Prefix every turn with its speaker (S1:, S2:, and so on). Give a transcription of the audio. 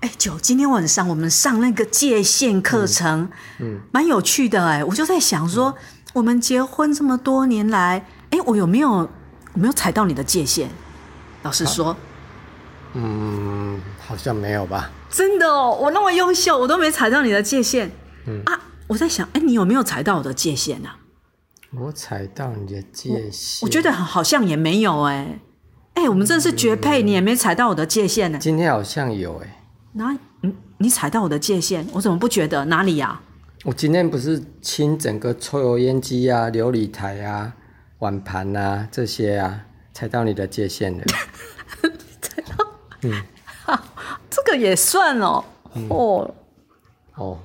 S1: 哎，九，今天晚上我们上那个界限课程，嗯，蛮有趣的哎。我就在想说，我们结婚这么多年来，哎，我有没有我没有踩到你的界限？老实说，
S2: 嗯，好像没有吧？
S1: 真的哦，我那么优秀，我都没踩到你的界限。啊，我在想，哎，你有没有踩到我的界限呢、啊？
S2: 我踩到你的界限，
S1: 我觉得好像也没有哎、哎，我们真的是绝配，你也没踩到我的界限呢、
S2: 今天好像有哎、
S1: 哪，嗯，你踩到我的界限，我怎么不觉得？哪里呀、
S2: 我今天不是清整个抽油烟机啊、琉璃台啊、碗盘啊这些啊，踩到你的界 限了。
S1: 啊？这个也算哦，哦，
S2: 哦，